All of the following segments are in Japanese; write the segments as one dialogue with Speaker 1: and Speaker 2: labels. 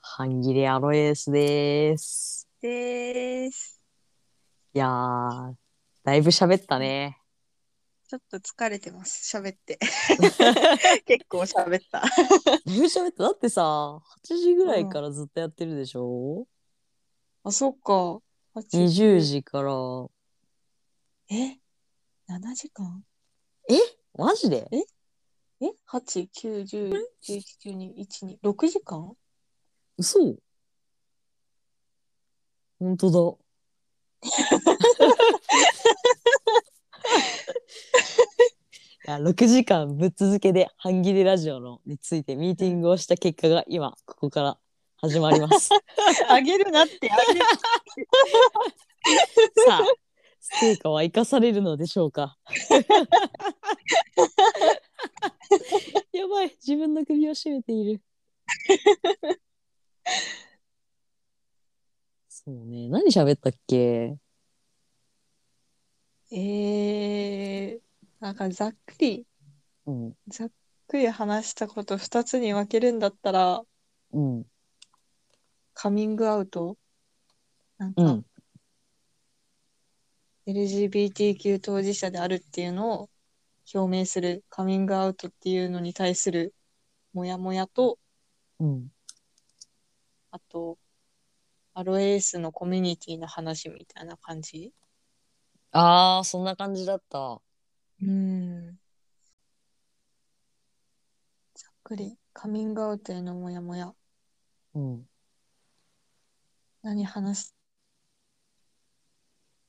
Speaker 1: 半切れアロエースです。
Speaker 2: でーす。
Speaker 1: いやー、だいぶ喋ったね。
Speaker 2: ちょっと疲れてます。喋 って。結構喋った。
Speaker 1: だいぶ喋った。だってさ、8時ぐらいからずっとやってるでしょ、
Speaker 2: あ、そっか。
Speaker 1: う ?20。時から。
Speaker 2: え ?7 時間
Speaker 1: マジで
Speaker 2: え ?8、9、10、11、12、1、2、6時間
Speaker 1: 嘘ほんとだ。 いや6時間ぶっ続けで半切れラジオのについてミーティングをした結果が今ここから始まります。
Speaker 2: あげるなって、あげる。
Speaker 1: さあ、成果は生かされるのでしょうか。 やばい、自分の首を絞めている。そうね、何喋ったっけ
Speaker 2: えー、なんかざっくり、
Speaker 1: うん、
Speaker 2: ざっくり話したこと2つに分けるんだったら、
Speaker 1: うん、
Speaker 2: カミングアウトなん
Speaker 1: う
Speaker 2: か
Speaker 1: ん、
Speaker 2: LGBTQ 当事者であるっていうのを表明するカミングアウトっていうのに対するモヤモヤと
Speaker 1: うん。
Speaker 2: あとアロエースのコミュニティの話みたいな感じ
Speaker 1: ああ、そんな感じだった。
Speaker 2: うんざっくりカミングアウトへのモヤモヤ
Speaker 1: うん。
Speaker 2: 何話す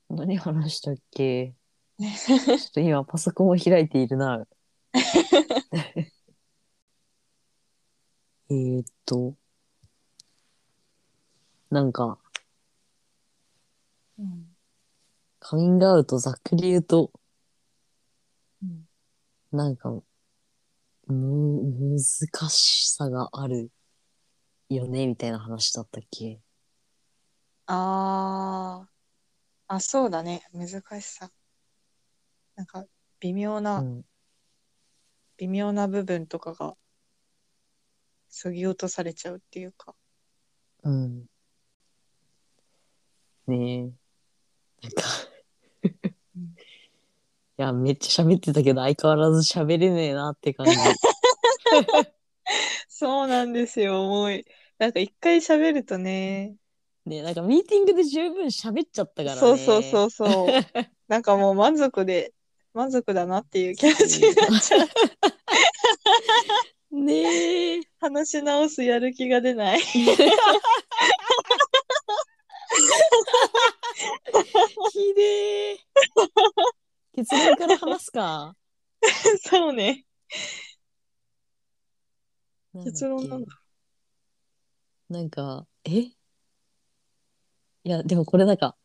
Speaker 1: 何話したっ けちょっと今パソコンを開いているな。えーっと、なんか、
Speaker 2: うん
Speaker 1: カミングアウトざっくり言うと、
Speaker 2: うん
Speaker 1: なんか、む、難しさがあるよね、みたいな話だったっけ
Speaker 2: あーあそうだね難しさなんか微妙
Speaker 1: う
Speaker 2: な、
Speaker 1: ん。
Speaker 2: 微妙な部分とかがそぎ落とされちゃうっていうか
Speaker 1: うん。ねえ。なんか い
Speaker 2: うん
Speaker 1: や、めっちゃ喋ってたけど、相変わらず喋れねえなって感 じ。
Speaker 2: そうなんですよもうなんか一回喋るとね
Speaker 1: ねえ、なんかミーティングで十分喋っちゃったからね。
Speaker 2: そうそう
Speaker 1: う。
Speaker 2: そうそう なんかもう満足で満足だなっていう気持ちになっちゃ う
Speaker 1: ね え。
Speaker 2: 話し直すやる気が出ない
Speaker 1: ひでえ。結論から話すか。
Speaker 2: そうね
Speaker 1: なんだっけ
Speaker 2: 結論なんだ
Speaker 1: なんか、えいや、でもこれなんか、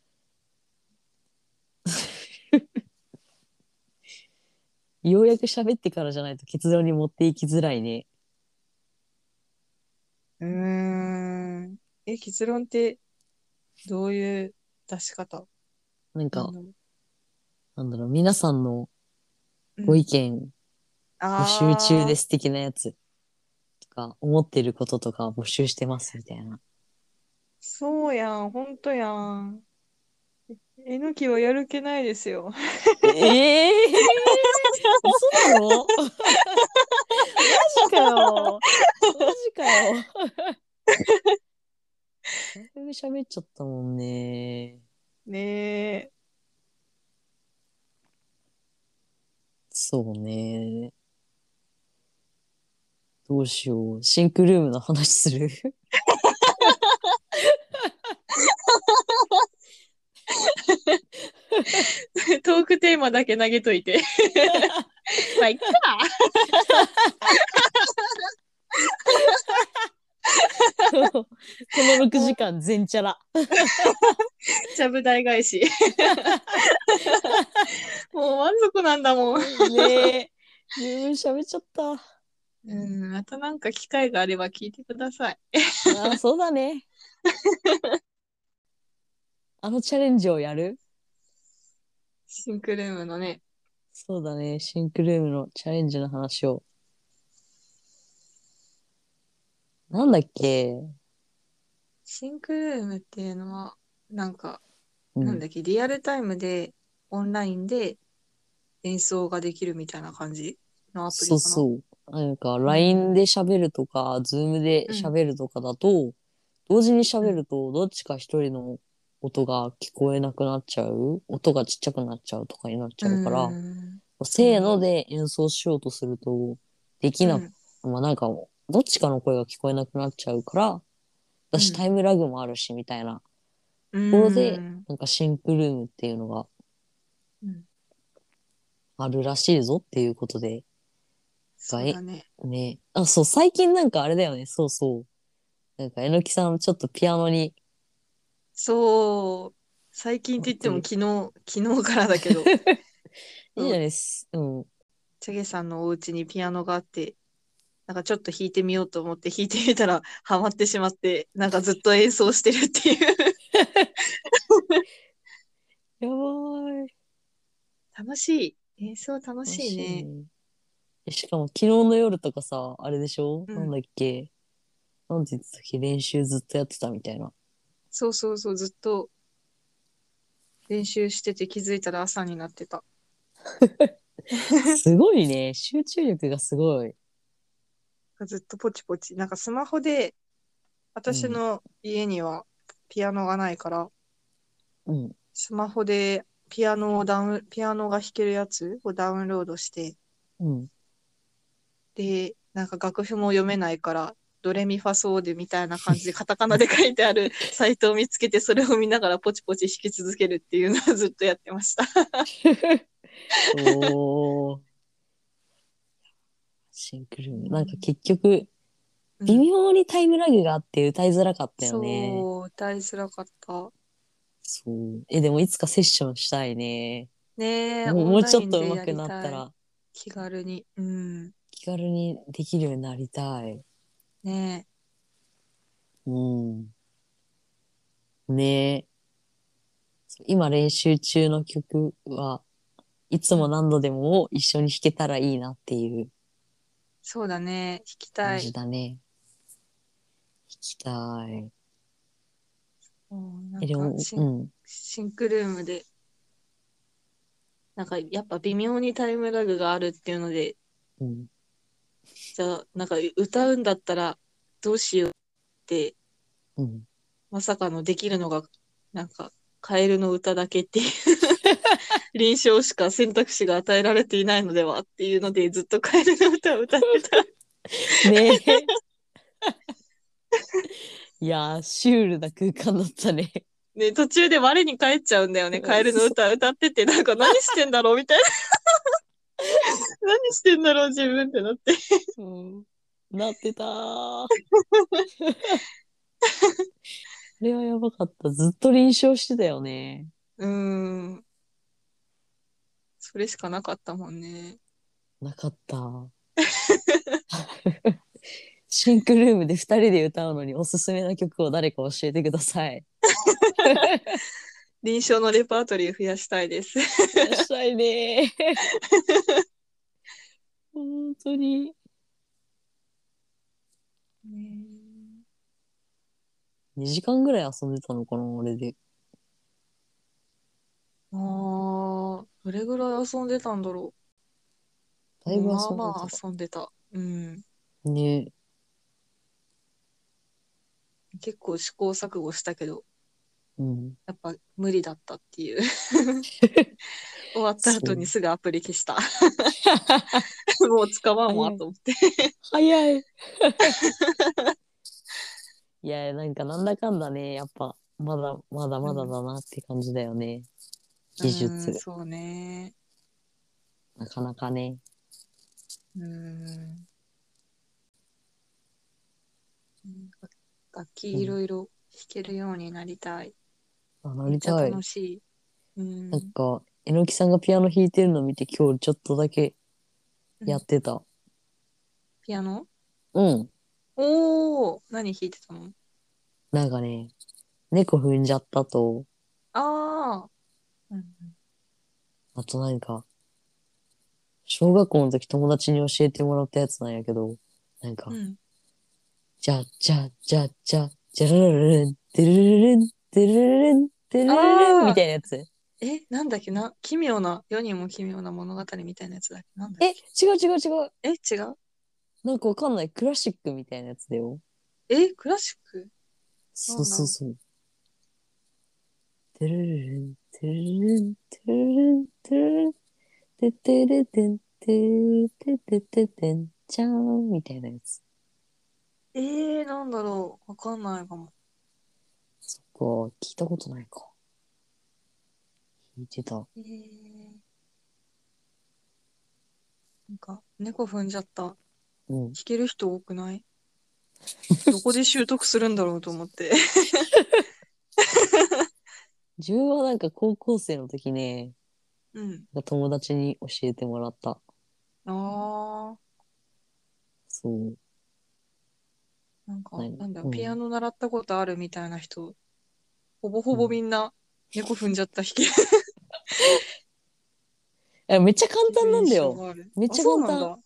Speaker 1: ようやく喋ってからじゃないと結論に持っていきづらいね。
Speaker 2: うーんえ結論ってどういう出し方
Speaker 1: なん
Speaker 2: な
Speaker 1: か、
Speaker 2: の
Speaker 1: なんだろう、皆さんのご意見募集中ですす的なやつとか、思ってることとか募集してますみたいな。
Speaker 2: そうやんほんとやんえのきはやる気ないですよ
Speaker 1: ええ嘘だろマジかよマジかよだいぶ喋っちゃったもんね
Speaker 2: ねえ。
Speaker 1: そうねどうしようシンクルームの話する
Speaker 2: トークテーマだけ投げとい て。まあ、いっか。
Speaker 1: この6時間全チャラ
Speaker 2: ちゃぶ台返 し。もう満足なんだもん。
Speaker 1: ねえ十分喋っちゃった
Speaker 2: うん、またなんか機会があれば聞いてください。
Speaker 1: ああ、そうだね。あのチャレンジをやる
Speaker 2: シンクルームのね。
Speaker 1: そうだね。シンクルームのチャレンジの話を。なんだっけ
Speaker 2: シンクルームっていうのは、なんか、
Speaker 1: うん
Speaker 2: なんだっけ、リアルタイムで、オンラインで演奏ができるみたいな感じのアプリ
Speaker 1: そ
Speaker 2: かな。
Speaker 1: うそう。なんか、LINE で喋るとか、Zoom で喋るとかだと、同時に喋ると、どっちか一人の音が聞こえなくなっちゃう、音がちっちゃくなっちゃうとかになっちゃうから、
Speaker 2: ん
Speaker 1: せーので演奏しようとすると、できな
Speaker 2: う
Speaker 1: く、
Speaker 2: ん
Speaker 1: まあなんか、どっちかの声が聞こえなくなっちゃうから、だ
Speaker 2: う
Speaker 1: し
Speaker 2: ん
Speaker 1: タイムラグもあるし、みたいな。ところで
Speaker 2: うん
Speaker 1: なんかシンクルームっていうのが
Speaker 2: うん
Speaker 1: あるらしいぞっていうことで、
Speaker 2: そうだね。
Speaker 1: ね。あ、そう、最近なんかあれだよね。そうそう。なんか、えのきさん、ちょっとピアノに、
Speaker 2: そう。最近って言っても昨日、昨日からだけ ど、
Speaker 1: いいじゃないです。うん。
Speaker 2: チャゲさんのお家にピアノがあって、なんかちょっと弾いてみようと思って弾いてみたらハマってしまって、なんかずっと演奏してるっていう。
Speaker 1: やばーい。
Speaker 2: 楽しい。演奏楽しいね。
Speaker 1: えしかも、昨日の夜とかさ、あれでしょ、
Speaker 2: うん
Speaker 1: なんだっけなんて言ってたっけ練習ずっとやってたみたいな。
Speaker 2: そうそうそう、ずっと練習してて気づいたら朝になってた。
Speaker 1: すごいね。集中力がすごい。
Speaker 2: ずっとポチポチ。なんかスマホで、私の家にはピアノがないから、
Speaker 1: うん。
Speaker 2: スマホでピアノをダウン、ピアノが弾けるやつをダウンロードして、
Speaker 1: うん。
Speaker 2: で、なんか楽譜も読めないから、ドレミファソーデみたいな感じで カタカナで書いてあるサイトを見つけて、それを見ながらポチポチ弾き続けるっていうのを ずっとやってました。
Speaker 1: おー。シンクルーム。なんか結局、微妙にタイムラグがあって歌いづらかったよね。
Speaker 2: そう、歌いづらかった。
Speaker 1: そう。え、でもいつかセッションしたいね。
Speaker 2: ねえ、
Speaker 1: もうもうちょっと
Speaker 2: オンラ
Speaker 1: 上
Speaker 2: イ
Speaker 1: 手
Speaker 2: ンで
Speaker 1: く
Speaker 2: や
Speaker 1: な
Speaker 2: り
Speaker 1: った
Speaker 2: い
Speaker 1: ら
Speaker 2: 気軽に。うん。
Speaker 1: 気軽にできるようになりたい。
Speaker 2: ね
Speaker 1: うん。ねえ。そう今練習中の曲はいつも何度でもを一緒に弾けたらいいなっていう
Speaker 2: え、そうだね。弾きた
Speaker 1: 感じ
Speaker 2: い。
Speaker 1: だね。弾きたい。
Speaker 2: うんな
Speaker 1: え、で
Speaker 2: ん
Speaker 1: も
Speaker 2: か、シ
Speaker 1: う
Speaker 2: ン
Speaker 1: ん。
Speaker 2: シンクルームで、なんかやっぱ微妙にタイムラグがあるっていうので、
Speaker 1: うん。
Speaker 2: じゃあなんか歌うんだったらどうしようって、
Speaker 1: うん。
Speaker 2: まさかのできるのが、なんか、カエルの歌だけっ ていう臨床しか選択肢が与えられていないのではっていうので、ずっとカエルの歌を歌って た。
Speaker 1: ね え。いやー、シュールな空間だったね。
Speaker 2: ね、途中で我に返っちゃうんだよね。
Speaker 1: うん
Speaker 2: カエルの歌歌ってて、なんか何してんだろうみ たいな。何してんだろう自分ってなって。
Speaker 1: なってたー。あれはやばかった。ずっと臨床してたよね。
Speaker 2: うーん。それしかなかったもんね。
Speaker 1: なかった。シンクルームで2人で歌うのにおすすめな曲を誰か教えてください。
Speaker 2: 臨床のレパートリー増やしたいです。
Speaker 1: いらっしゃいね ー。本当に。2時間ぐらい遊んでたのかな、俺で。
Speaker 2: ああ、どれぐらい遊んでたんだろ
Speaker 1: だいぶ遊んで
Speaker 2: う。まあ
Speaker 1: た。
Speaker 2: まあ遊んでた。うん。
Speaker 1: ね
Speaker 2: 結構試行錯誤したけど、
Speaker 1: うん。
Speaker 2: やっぱ無理だったっ ていう。終わった後にすぐアプリ 消した。もう使わんわと思って。
Speaker 1: 早い。 いや、なんかなんだかんだね、やっぱ、まだまだまだだなって感じだよね。技術
Speaker 2: うん、そうね。
Speaker 1: なかなかね。
Speaker 2: うん。楽器いろいろ弾けるようになりたい。
Speaker 1: あ、な
Speaker 2: め
Speaker 1: り
Speaker 2: っちゃ
Speaker 1: たい。
Speaker 2: 楽しい。うん
Speaker 1: な。んか、えのきさんがピアノ弾いてるの見て、今日ちょっとだけやってた。
Speaker 2: ピアノ
Speaker 1: うん。
Speaker 2: おお何弾いてたの
Speaker 1: なんかね、猫踏んじゃったと、
Speaker 2: ああ。うん
Speaker 1: あとなんか、小学校の時友達に教えてもらったやつなんやけど、なんか、
Speaker 2: うん。
Speaker 1: じゃじゃじゃじゃジャラララレン、デルレレン、デルレレン、デルレレ
Speaker 2: あー
Speaker 1: ンみたいなやつ。
Speaker 2: え、なんだっけな、奇妙な、世にも奇妙な物語みたいなやつだっけなんだ
Speaker 1: え、
Speaker 2: っ
Speaker 1: 違う違う違う。
Speaker 2: けえ、違う
Speaker 1: なんかわかんない。クラシックみたいなやつだよ。
Speaker 2: え、クラシック
Speaker 1: そうそうそう。てるるるん、てるるるん、てるるるん、てるるるん、ててれてん、てててててん、ちゃーん、みたいなやつ。
Speaker 2: えー、なんだろうわかんないかも。
Speaker 1: そっか、聞いたことないか。聞いてた。
Speaker 2: えー、なんか、猫踏んじゃった。弾
Speaker 1: うん。
Speaker 2: ける人多くない どこで習得するんだろうと思って。
Speaker 1: 自分はなんか高校生の時ね、
Speaker 2: うん。
Speaker 1: 友達に教えてもらった。
Speaker 2: あ
Speaker 1: そう。
Speaker 2: ー、なんか、
Speaker 1: 何
Speaker 2: なんだ
Speaker 1: う
Speaker 2: ろ
Speaker 1: ん
Speaker 2: う、ピアノ習ったことあるみたいな人、ほぼほぼみんな、猫踏んじゃった弾ける
Speaker 1: え、めっちゃ簡単なんだ
Speaker 2: 印象
Speaker 1: よ。
Speaker 2: がある。
Speaker 1: めっちゃ
Speaker 2: あそ
Speaker 1: 簡
Speaker 2: う
Speaker 1: 単
Speaker 2: なんだ。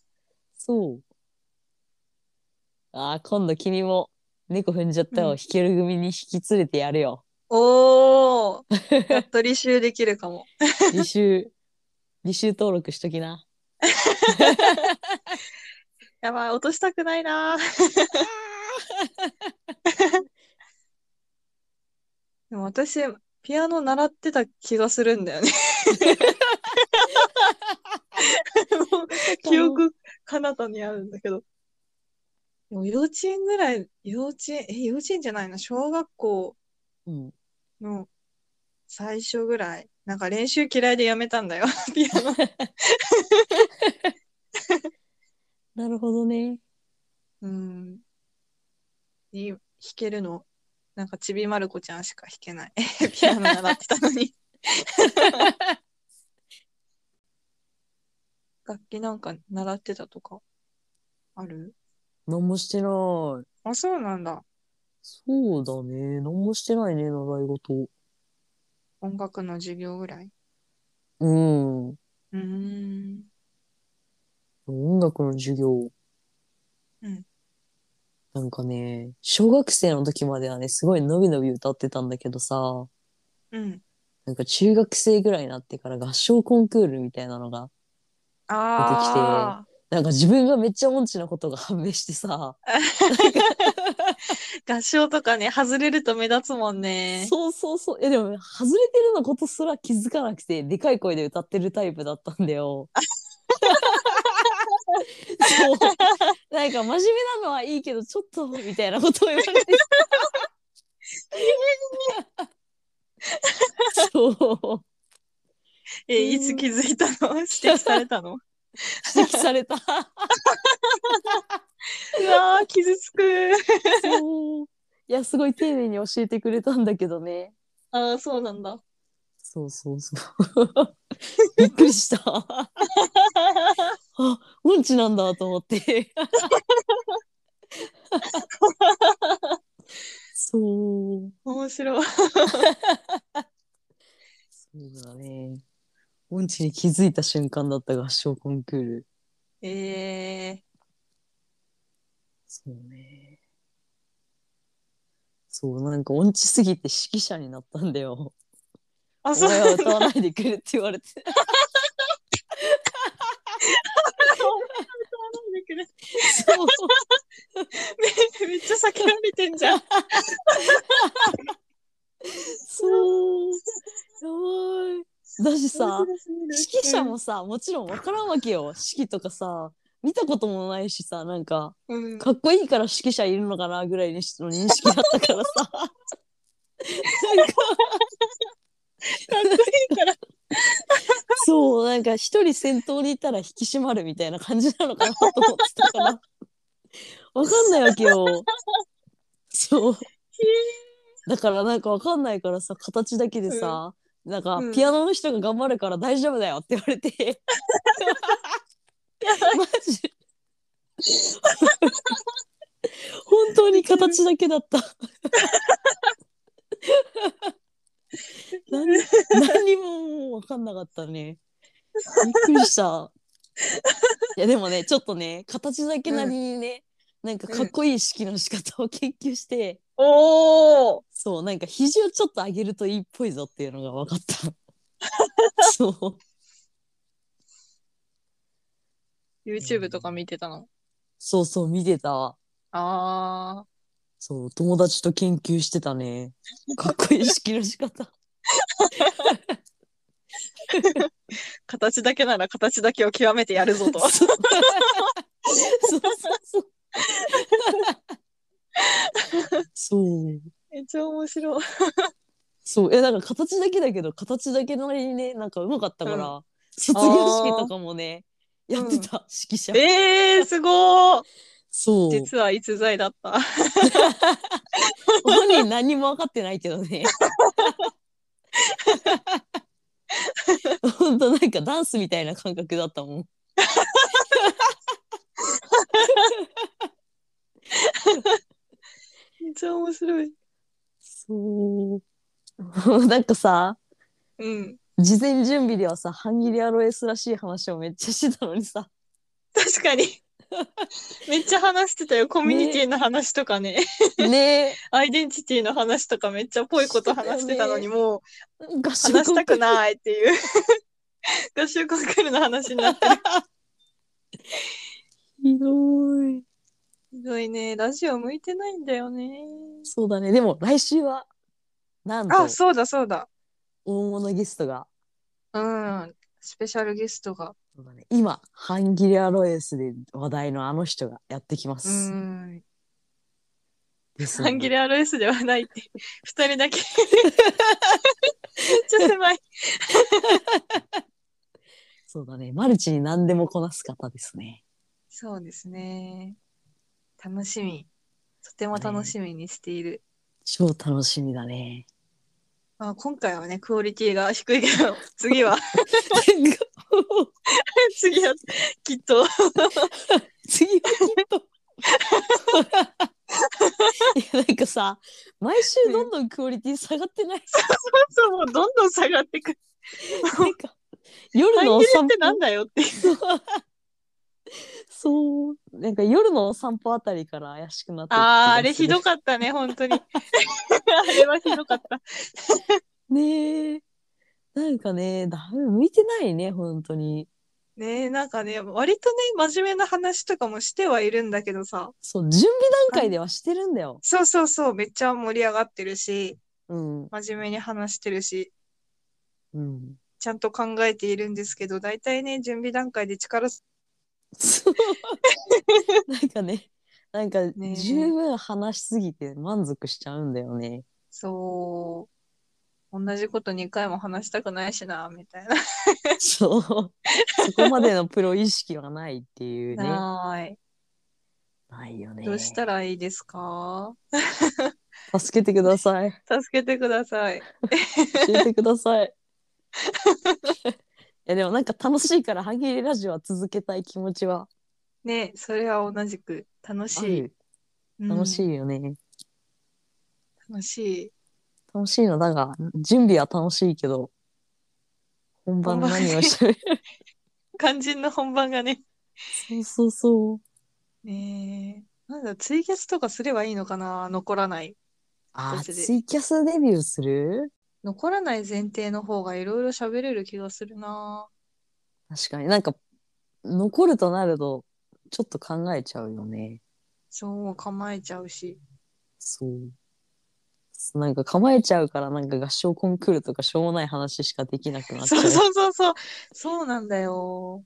Speaker 1: そう。ああ、今度君も猫踏んじゃったを
Speaker 2: うん
Speaker 1: 弾ける組に引き連れてやるよ。
Speaker 2: おー、やっと履修できるかも。
Speaker 1: 履 修、履修登録しときな。
Speaker 2: やばい、落としたくないな。 でも私、ピアノ習ってた気がするんだ よね。もう記憶、彼方にあるんだけど。でも幼稚園ぐらい、幼稚園、え、幼稚園じゃないな、小学校
Speaker 1: うん。
Speaker 2: の最初ぐらい。なんか練習嫌いでやめたんだよ、 ピアノ。
Speaker 1: なるほどね。
Speaker 2: うん。に弾けるの、なんかちびまる子ちゃんしか弾けない。 ピアノ習ってたの に。楽器なんか習ってたとかある
Speaker 1: 何もしてない。
Speaker 2: あ、そうなんだ。
Speaker 1: そうだね。何もしてないね、習い事。
Speaker 2: 音楽の授業ぐらい。
Speaker 1: うん。
Speaker 2: うーん。
Speaker 1: 音楽の授業。
Speaker 2: うん
Speaker 1: なんかね、小学生の時まではね、すごいのびのび歌ってたんだけどさ、
Speaker 2: うん。
Speaker 1: なんか中学生ぐらいになってから合唱コンクールみたいなのが、
Speaker 2: あ
Speaker 1: なんか自分がめっちゃ音痴なことが判明してさ、
Speaker 2: あ、合唱とかね、外れると目立つもんね。
Speaker 1: そうそうそう。え、でも、外れてるのことすら気づかなくて、でかい声で歌ってるタイプだったんだよ。そう。なんか、真面目なのはいいけど、ちょっと、みたいなことを言われて。そう。
Speaker 2: え、いつ気づいたの指摘され たのう
Speaker 1: 指摘された。
Speaker 2: わー、傷つく。
Speaker 1: そう。いや、すごい丁寧に教えてくれたんだけどね。
Speaker 2: ああ、そうなんだ。
Speaker 1: そうそう そう。びっくりした。あ、音痴なんだと思って。そう。
Speaker 2: 面白い。
Speaker 1: そうだね。音痴に気づいた瞬間だった合唱コンクール。
Speaker 2: えー、
Speaker 1: そうね。そう、なんか音痴すぎて指揮者になったんだよ。
Speaker 2: あ、
Speaker 1: お
Speaker 2: そう
Speaker 1: 前
Speaker 2: な
Speaker 1: は
Speaker 2: んだ
Speaker 1: 歌わないでくれって言われて。 そう。
Speaker 2: め めっちゃ避けられてんじゃん。
Speaker 1: そう。やばい。だしさ、指揮者もさ、もちろん分からんわけ よ。指揮とかさ、見たこともないしさ、なんか、
Speaker 2: うん、
Speaker 1: かっこいいから指揮者いるのかなぐらいにの認識だった からさ。なんか、 そう、なんか一人先頭にいたら引き締まるみたいな感じなのかなと思ってた から。わかんないわけよ。そう。だからなんかわかんないからさ、形だけでさ、なんか
Speaker 2: うん
Speaker 1: ピアノの人が頑張るから大丈夫だよって言われ て。マジ本当に形だけだった。何何ももう分かんなかったね。びっくりした。いやでもねちょっとね形だけなりにね、なんかかっこいい式の仕方を研究して、
Speaker 2: おー
Speaker 1: そう、なんか肘をちょっと上げるといいっぽいぞっていうのが分かった。 そう。
Speaker 2: !YouTube とか見てたの。
Speaker 1: そうそう、見てたわ。
Speaker 2: あ
Speaker 1: そう、友達と研究してたね。かっこいい式の仕 方。
Speaker 2: ー、形だけなら形だけを極めてやるぞと。
Speaker 1: そうそうそうそう。そう。
Speaker 2: めっちゃ面白い。
Speaker 1: そう。え、なんか形だけだけど、形だけなりにね、なんかうまかったから、
Speaker 2: う
Speaker 1: 卒業式とかもね、やってた、指揮者。
Speaker 2: えー、すごー
Speaker 1: そう。
Speaker 2: 実は逸材だった。
Speaker 1: 本人何も分かってないけどね。本当なんかダンスみたいな感覚だったもん。
Speaker 2: めっちゃ面白い。
Speaker 1: そう。なんかさ、
Speaker 2: うん。
Speaker 1: 事前準備ではさ、半切れアロエスらしい話をめっちゃしてたのにさ、
Speaker 2: 確かに。 めっちゃ話してたよ。コミュニティの話とかね。
Speaker 1: ねえ、
Speaker 2: アイデンティティの話とかめっちゃぽいこと話してたのに、もう
Speaker 1: 合唱
Speaker 2: 話したく
Speaker 1: い。
Speaker 2: ないっていう。 合唱コンクールの話になってる。
Speaker 1: ひどい。
Speaker 2: ひどいね。ラジオ向いてないんだよね。
Speaker 1: そうだね。でも来週は、なんと、
Speaker 2: あ、そうだそうだ。
Speaker 1: 大物ゲストが、
Speaker 2: うん。スペシャルゲストが。
Speaker 1: そうだね、今、半切れアロエスで話題のあの人がやってきま
Speaker 2: う
Speaker 1: す。
Speaker 2: ん。
Speaker 1: ですの
Speaker 2: ハ
Speaker 1: で
Speaker 2: ンギレ RS ではない って。二人だけ。めっちゃ狭い。
Speaker 1: そうだね。マルチに何でもこなす方ですね。
Speaker 2: そうですね。楽しみ。とても楽しみにしている。
Speaker 1: 超楽しみだ ね。
Speaker 2: まあ、今回はね、クオリティが低いけど、次 は、次は、きっ と、
Speaker 1: 次はきっと。 いやなんかさ毎週どんどんクオリティ下がってない、
Speaker 2: そうもうどんどん下がってくる。
Speaker 1: なんか 夜
Speaker 2: 半
Speaker 1: のお
Speaker 2: 切れっ
Speaker 1: 散
Speaker 2: てなん
Speaker 1: 歩
Speaker 2: だよって。
Speaker 1: そうなんか夜のお散歩あたりから怪しくなってきた気が
Speaker 2: ああ、 あれひど
Speaker 1: す
Speaker 2: かったね、本当 に。あれはひどかった。
Speaker 1: るねえなんかねだいぶ向いてないね本当に
Speaker 2: ねえ、なんかね、割とね、真面目な話とかもしてはいるんだけどさ、
Speaker 1: そう準備段階ではしてるんだよ、
Speaker 2: そうそうそう、めっちゃ盛り上がってるし、
Speaker 1: うん
Speaker 2: 真面目に話してるし、
Speaker 1: うん
Speaker 2: ちゃんと考えているんですけど、大体ね、準備段階で力す、
Speaker 1: そう なんかねなんか
Speaker 2: ねえ
Speaker 1: 十分話しすぎて満足しちゃうんだよ ね。
Speaker 2: そう、同じこと2回も話したくないしな、みたいな。
Speaker 1: そうそこまでのプロ意識はないっていうね。
Speaker 2: ない。
Speaker 1: ないよね。
Speaker 2: どうしたらいいですか
Speaker 1: 助けてくださ い。
Speaker 2: 助けてください。
Speaker 1: 教えてくだ さい。いやでもなんか楽しいからハギリラジオは続けたい気持ちは
Speaker 2: ね、それは同じく楽
Speaker 1: あ
Speaker 2: しい。
Speaker 1: る。楽し
Speaker 2: うん
Speaker 1: いよね。
Speaker 2: 楽しい。
Speaker 1: 楽しいのだが準備は楽しいけど本番
Speaker 2: 本番
Speaker 1: 何をしゃべる。
Speaker 2: 肝心の本番がね。
Speaker 1: そうそう そう。
Speaker 2: ねえなんだ、ツイキャスとかすればいいのかな残らない。
Speaker 1: あ
Speaker 2: 私で
Speaker 1: ツイキャスデビューする
Speaker 2: 残らない前提の方がいろいろ喋れる気がするな
Speaker 1: 確かになんか残るとなるとちょっと考えちゃうよね
Speaker 2: そう、構えちゃうし。
Speaker 1: そうなんか構えちゃうからなんか合唱コンクールとかしょうもない話しかできなくなっちゃ
Speaker 2: そううそうそうそう。そうなんだよ。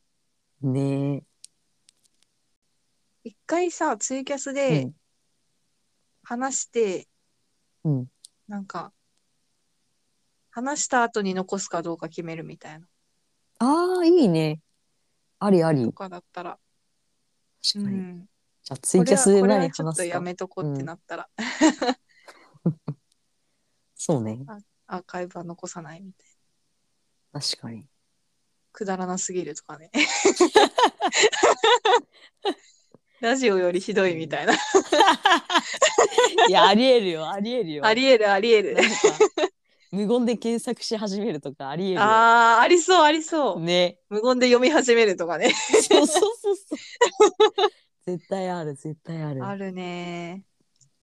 Speaker 1: ね
Speaker 2: 一回さ、ツイキャス
Speaker 1: え、
Speaker 2: で話して、
Speaker 1: うんうん
Speaker 2: なんか、話した後に残すかどうか決めるみたいな。
Speaker 1: ああいいねありあり
Speaker 2: と
Speaker 1: 確
Speaker 2: かだったら。う
Speaker 1: かに、
Speaker 2: ん。
Speaker 1: じゃあツイキャスで
Speaker 2: これは
Speaker 1: 何
Speaker 2: こ
Speaker 1: 話
Speaker 2: れはちょっ
Speaker 1: す
Speaker 2: とや
Speaker 1: か
Speaker 2: めとこってなったら、
Speaker 1: そうね
Speaker 2: アーカイブは残さないみたいな。
Speaker 1: 確か に
Speaker 2: くだらなすぎるとかね。 ラジオよりひどいみたいな。
Speaker 1: いやありえるよありえるよ
Speaker 2: ありえるありえる
Speaker 1: な。んか無言で検索し始めるとかありえるよ
Speaker 2: ああ、ありそうありそう。
Speaker 1: ね
Speaker 2: 無言で読み始めるとかね。
Speaker 1: そうそうそうそう。絶対ある、絶対ある。
Speaker 2: あるね。